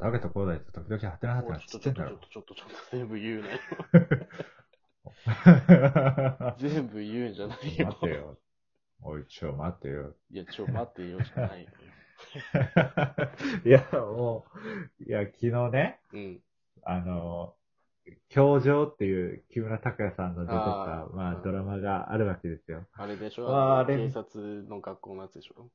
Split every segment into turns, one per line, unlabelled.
投げた頃だと時々ハテナハテ
もう
ナ
ち
つっ
ょってと、
ん
ちょ
だ
っ
ろ
と、。ちょっと、ちょっと、全部言うなよ。
待
全部言うんじゃない よ。
てよ。おい、ちょ、待ってよ。
いや、ちょ、待ってよしかない よ。
いや、もう、いや、昨日ね、
うん。
あの、教場っていう木村拓哉さんの出てた、
あー
まあ、ドラマがあるわけですよ。
あれでしょ
あー
あの
あれ
警察の学校のやつでしょ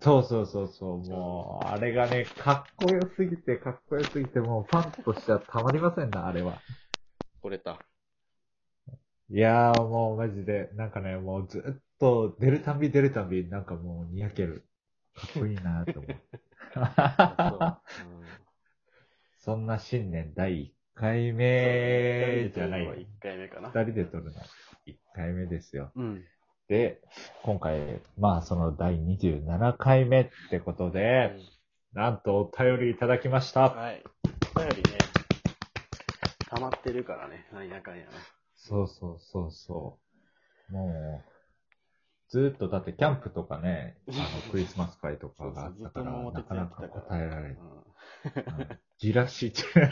そうそうそうそう、もう、あれがね、かっこよすぎて、かっこよすぎて、もうファンとしてはたまりませんな、あれは。
これ た。
いやー、もうマジで、なんかね、もうずっと出るたんび出るたんび、なんかもうにやける。かっこいいなーと思う。
あそううん
そんな新年第1回
え
目じゃないよ。
1回目かな。
二人で撮るの。1回目ですよ。
うん。
で、今回、まあその第27回目ってことで、なんとお便りいただきました。
はい。お便りね、溜まってるからね、なんやかんやな。
そうそうそうそう。もう、ずーっとだってキャンプとかね、あのクリスマス会とか
そう
があ
そう
っ、
ず
た
っ
か
と
ら、
桃
な
鉄
か
や
な
って
か
たから。
答えられない。
うん
うんじらし、
そうそう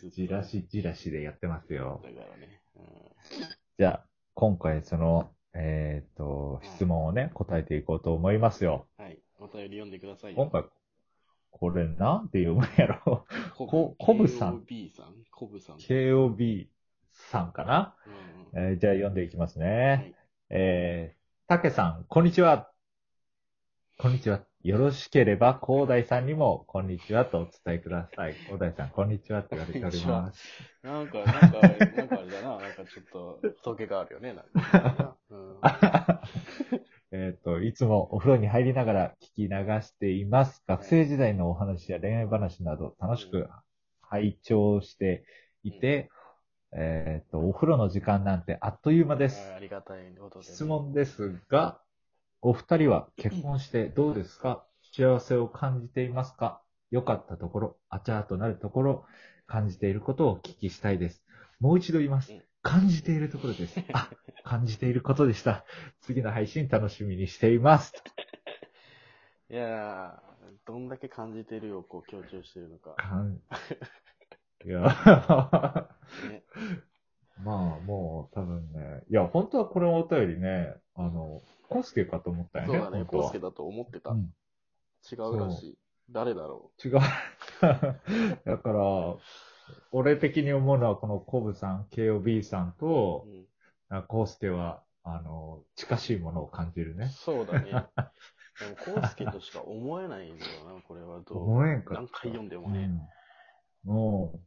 そう
じらし、じらしでやってますよ。
だからね。うん
じゃあ、今回その、えっ、と、質問をね、答えていこうと思いますよ。
はい。お便り読んでください
今
よ。
回、これなんて読むんやろこコブさん
KOB さん。コブさん。
?KOB さんかな、
うんうん
えーじゃあ読んでいきますね。
はい
えー、たけさん、こんにちは。こんにちは。よろしければ、広大さんにも、こんにちはとお伝えください。広大さん、こんにちはって言われております。
なんか、なんか、なんかあれだな。なんかちょっと、時があるよね。なん か。うん
えっ、と、いつもお風呂に入りながら聞き流しています。学生時代のお話や恋愛話など楽しく拝聴していて、えっ、と、お風呂の時間なんてあっという間です。
ありがたいことで。
質問ですが、お二人は結婚してどうですか幸せを感じていますか良かったところ、あちゃーとなるところ、感じていることをお聞きしたいです。もう一度言います
うん。
感じているところです。あ、感じていることでした。次の配信楽しみにしています。
いやー、どんだけ感じてるよ、こう強調してるのか。
かんいや、
ね、
まあもう多分ね、いや、本当はこれもお便りね、あの、コスケかと思ったよ
そう
ね。
だね、
本当
コ
は
ウスケだと思ってた。
うん
違うらしい。誰だろ
違う。 だから、俺的に思うのは、このコブさん、KOB さん
う、
と
う、ん
あコウスケは、あの、近しいものを感じるね。
そうだ ね。でも、コウスケとしか思えないんだよな、これはどう。
思えんかった
何回読んでもね。
うん。も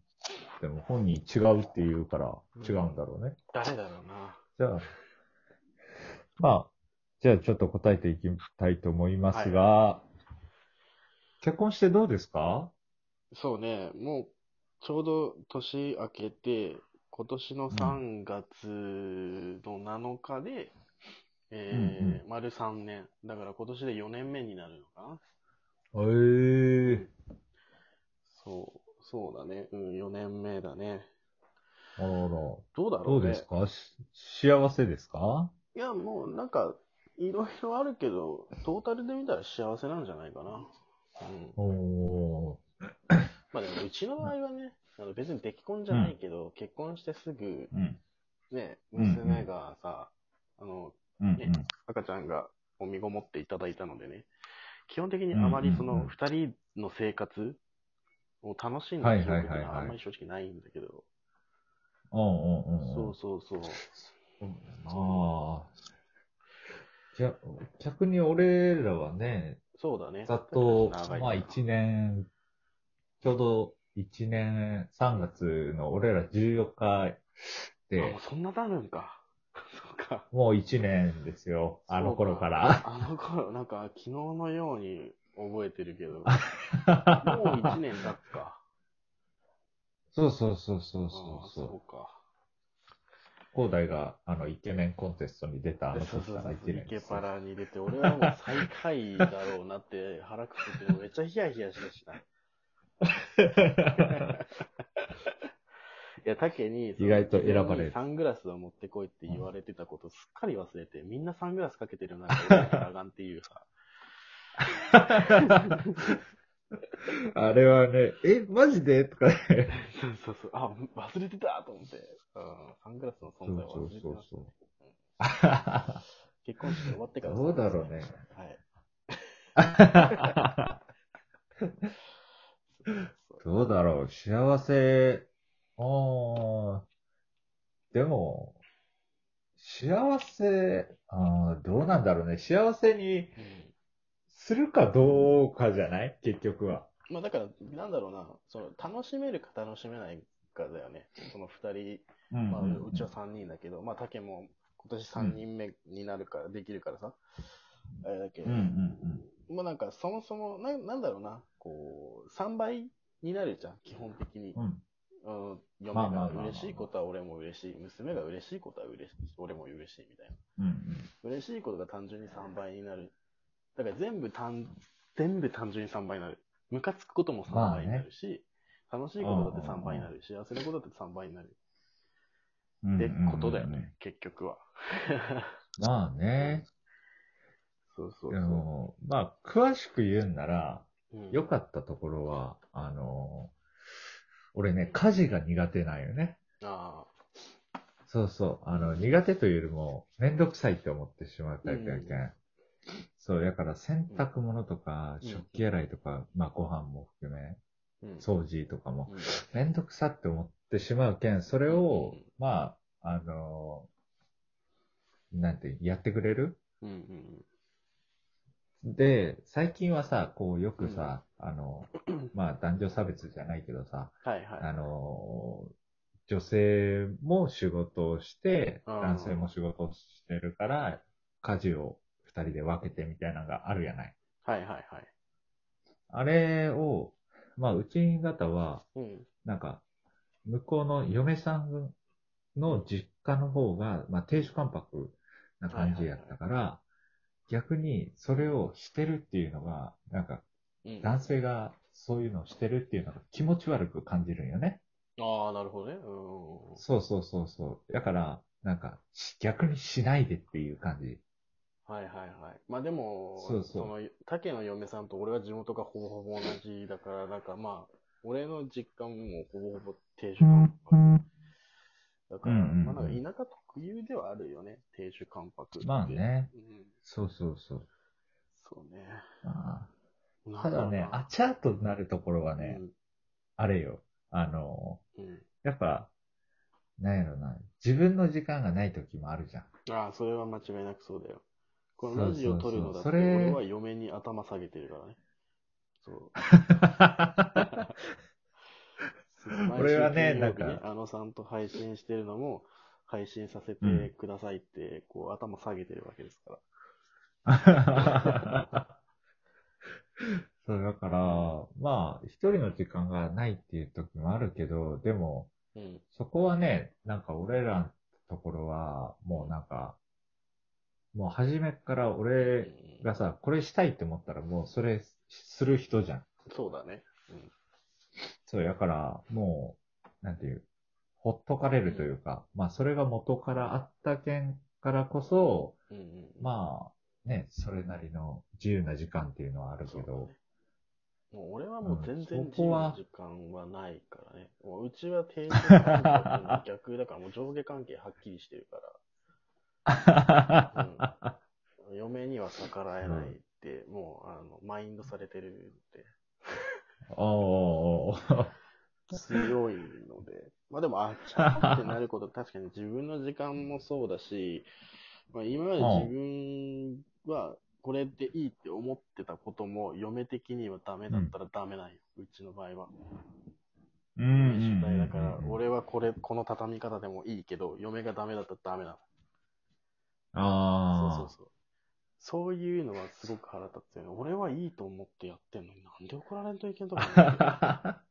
う、でも本人違うって言うから、違うんだろうね。
誰だろうな。
じゃあ、まあ、じゃあちょっと答えていきたいと思いますが、結婚してどうですか
そうね、もう、ちょうど年明けて、今年の3月の7日で、え
う
ー
ん
丸3年。だから今年で4年目になるのかな。
ええ
そう、そうだね。うん、4年目だね。
あらあら。ど
どうだろうね。
うですか、し幸せですか
いや、もうなんか、いろいろあるけど、トータルで見たら幸せなんじゃないかな。うん。
おー。
まあでも、うちの場合はね、あの別に出来婚じゃないけど、結婚してすぐ、
うん。
ね、
うんうん
娘がさ、あの、
うん
ね赤ちゃんがお身ごもっていただいたのでね、基本的にあま
うん
り
うん
そ
うん
の二人の生活を楽しん
は
だ
い
記
はいはい
憶
はい
があんまり正直ないんだけど、
うんうんうん。
そうそうそう。
ああ。じゃ、逆に俺らはね、
そうだね。
ざっと、
長いな
まあ一年、ちょうど一年3月の俺ら14日
あも
で
う、そんな多分か。 そうか。
もう一年ですよ。あの頃から。
あの頃、なんか、昨日のように覚えてるけど、もう一年経ったか。
そうそうそうそう
ああ
そうそう。
そうか。
広大が、あの、イケメンコンテストに出たあの
そう
時
そう
から一
そうそう。
年
イケ
ですよ。
パラに出て、俺はもう最下位だろうなって腹くくって、めっちゃヒヤヒヤしたしな。いや、タケに、
意外と選ばれる
サングラスを持ってこいって言われてたことすっかり忘れて、みんなサングラスかけてる中、俺だけ裸眼っていうさ。
あれはね、え、マジでとかね。
そうそうそう。あ、忘れてたと思って。うん。サングラスの
そう
存在を
そ
忘
う
れて
そ
ま
う
した。
そう。
結婚式終わってから。
どうだろうね。
はい。 そう
どうだろう、幸せ、あーでも、幸せ、あーどうなんだろうね。幸せに
うん
するかどうかじゃない結局は。
まあだから、なんだろうな、その楽しめるか楽しめないかだよね。その二
う
人、
ん
まあうちは三人だけど、まあ竹も今年三人目になるから、できるからさ。あれだけ
うんう
ど、
ん
まあなんかそもそも、ななんだろうな、こう、三倍になるじゃん、基本的に。
うん。うん
うん、嫁
まあまあま
が
あまあ
嬉しいことは俺も嬉しい、娘が嬉しいことは嬉しい、俺も嬉しいみたいな。
うん
嬉しいことが単純に3倍になる。だから全部単、全部単純に3倍になる。ムカつくことも3
まあ
倍
ね
になるし、楽しいことだって3倍になる。幸せなことだって3倍になる。
うん。
ってことだよ
うんうんうん
ね、結局は。
まあね。
そうそう
で
そ
も、まあ、詳しく言うんなら、
う。うん
良かったところは、あの俺ね、家事が苦手なんよね。
ああ。
そうそう。あの、苦手というよりも、めんどくさいって思ってしまうタイプやけん。そう、だから洗濯物とか、
うん
食器洗いとか、まあご飯も含め、
うん。
掃除とかも、
うん。
めんどくさって思ってしまうけん、それを
うん、
まあ、あのなんて、やってくれる
うんうん
で、最近はさ、こうよくさ、あの、まあ男女差別じゃないけどさ、
うん。はいはい。
あの女性も仕事をして、
うん
男性も仕事をしてるから、家事を二人で分けてみたいなのがあるやない。
はいはいはい。
あれを、まあ、うち方は、
うん。
なんか、向こうの嫁さんの実家の方が、まあ、亭主関白な感じやったから、逆にそれをしてるっていうのが、なんか、
うん、あ
男性がそういうのをしてるっていうのが気持ち悪く感じるんよね。
あ、なるほどね。うん。
そうそうそうそう。だから、なんか、し逆にしないでっていう感じ。
はいはいはい。まあでも、
そうそう
の、竹の嫁さんと俺は地元がほぼほぼ同じだから、なんかまあ、俺の実家もほぼほぼ亭主関白。だから、
うんうんうん
まあなんか田舎特有ではあるよね、亭主関白って。
まあ。ね。
うん、
そうそうそう。
そうね。
ああ
な
た
んろ
だ
う
ね、
な
あちゃーとなるところはね、あれよ。あの、
うん。うん
やっぱ、なんやろな。自分の時間がない時もあるじゃん。
ああ、それは間違いなくそうだよ。こ
そう
のラジオ撮るのだっ
そ
て、
うそうそれ
俺は嫁に頭下げてるからね。そう。
俺はね
毎週金曜日
なんか
あのさんと配信してるのも、配信させてくださいって、こう、頭下げてるわけですから。
そう、だから、まあ、一人の時間がないっていう時もあるけど、でも、
うん。
そこはね、なんか俺らのところは、もうなんか、もう初めから俺がさ、これしたいって思ったらもうそれする人じゃん。
そうだね。
そう、だから、もう、なんていう、ほっとかれるというか、まあそれが元からあったけんからこそ、
うんうん。あ、
まあ、ね、それなりの自由な時間っていうのはあるけ
そうだ
ど、
ね。もう俺はもう全
う
然
んそ
自
こ
由
は
な時間はないからね。もううちは定時関係 の逆だから、もう上下関係はっきりしてるから。 嫁には逆らえないって、もう、あの、マインドされてるって、
おーおーおー
強いので。まあでも、あっちゃってなること、確かに自分の時間もそうだし、まあ今まで自分はこれでいいって思ってたことも、嫁的にはダメだったらダメなんよ、うちの場合は。
うんうんうん
主体だから、
うん
俺はこれ、この畳み方でもいいけど、嫁がダメだったらダメなの。そう
あ
そうそう。そういうのはすごく腹立つよね。俺はいいと思ってやってんのになんで怒られんといけんとか
あ。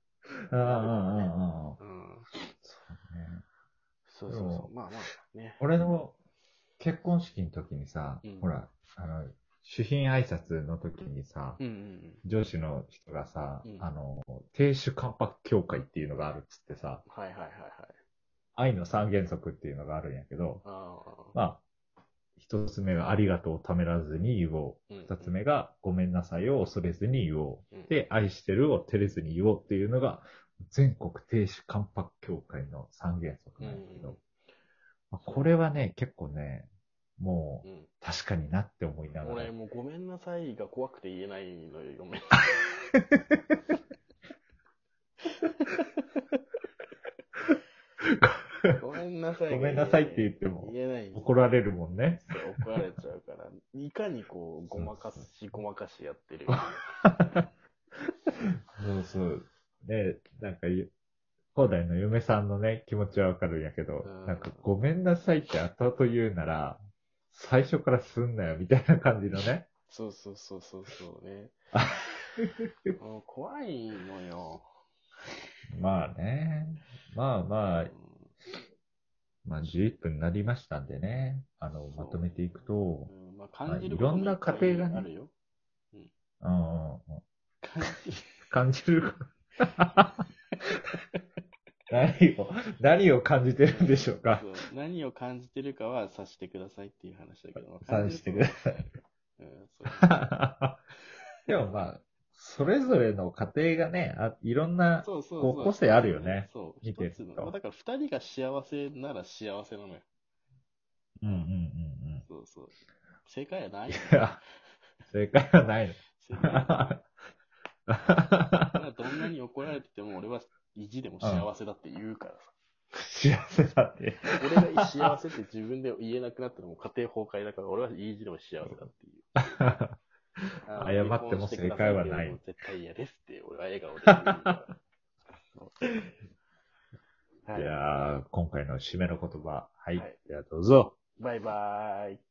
思うよ。
うんうんうんうん。
うん。
そうね。
そうそうそう。まあまあね。
俺の結婚式の時にさ、
うん
ほら、あの、主賓挨拶の時にさ、
うんうんうん。
上司の人がさ、
うん
あの、亭主関白協会っていうのがあるっつってさ、
はいはいはいはい。
愛の三原則っていうのがあるんやけど、
ああ。
まあ、一つ目がありがとうをためらずに言おう。
うん
二つ目がごめんなさいを恐れずに言お
うん
う。で、愛してるを照れずに言おうっていうのが、全国亭主関白協会の三原則なんですけ
うん
ど、まあこれはね、結構ね、もう
うん
確かになって思いながら
俺、もうごめんなさいが怖くて言えないのよ、ごめん。ごめんなさいが言え
ご
い。
めんなさいって言っても
言えないんです
怒られるもんね。
そう怒られちゃうから、いかにこう、ごまかし、ごまかし やってる。
そうそう。で、なんかゆ、高台の嫁さんのね、気持ちはわかるんやけど
うん、
なんか、ごめんなさいって後々言うなら、最初からすんなよ、みたいな感じの ね。
そうそうそうそうそ うね
あ。
もう怖いのよ。
まあね。まあまあ
うん、
まあ11分になりましたんでね。あの、まとめていくと、
うんまあ、感じる
まあいろんな過程がね
あるよ。
うんうんうん、
感じ
感じる。 何を、何を感じてるんでしょうか
そ。う何を感じてるかは察してくださいっていう話だけど。
察してくだ
さい。うん、そう
でもまあ、それぞれの家庭がね、あいろんな、
そうそう
こ
そうう。
個性あるよね
そう。
見てる
一
と
つの。まあだから二人が幸せなら幸せなのよ。
うんうんうん うん。
そうそう。正解はない。
いや、正解はない の。
正解はない。だからどんなに怒られてても俺は意地でも幸せだって言うからさ。
幸せだって。
俺が幸せって自分で言えなくなったらもう家庭崩壊だから俺は意地でも幸せだっていう。あの
謝っても正解はない
離婚してくださってうのも絶対嫌ですって俺は笑顔で言 うから。そう
じゃあ、今回の締めの言葉。はい。
はい
じゃあ、どうぞ。
バイバーイ。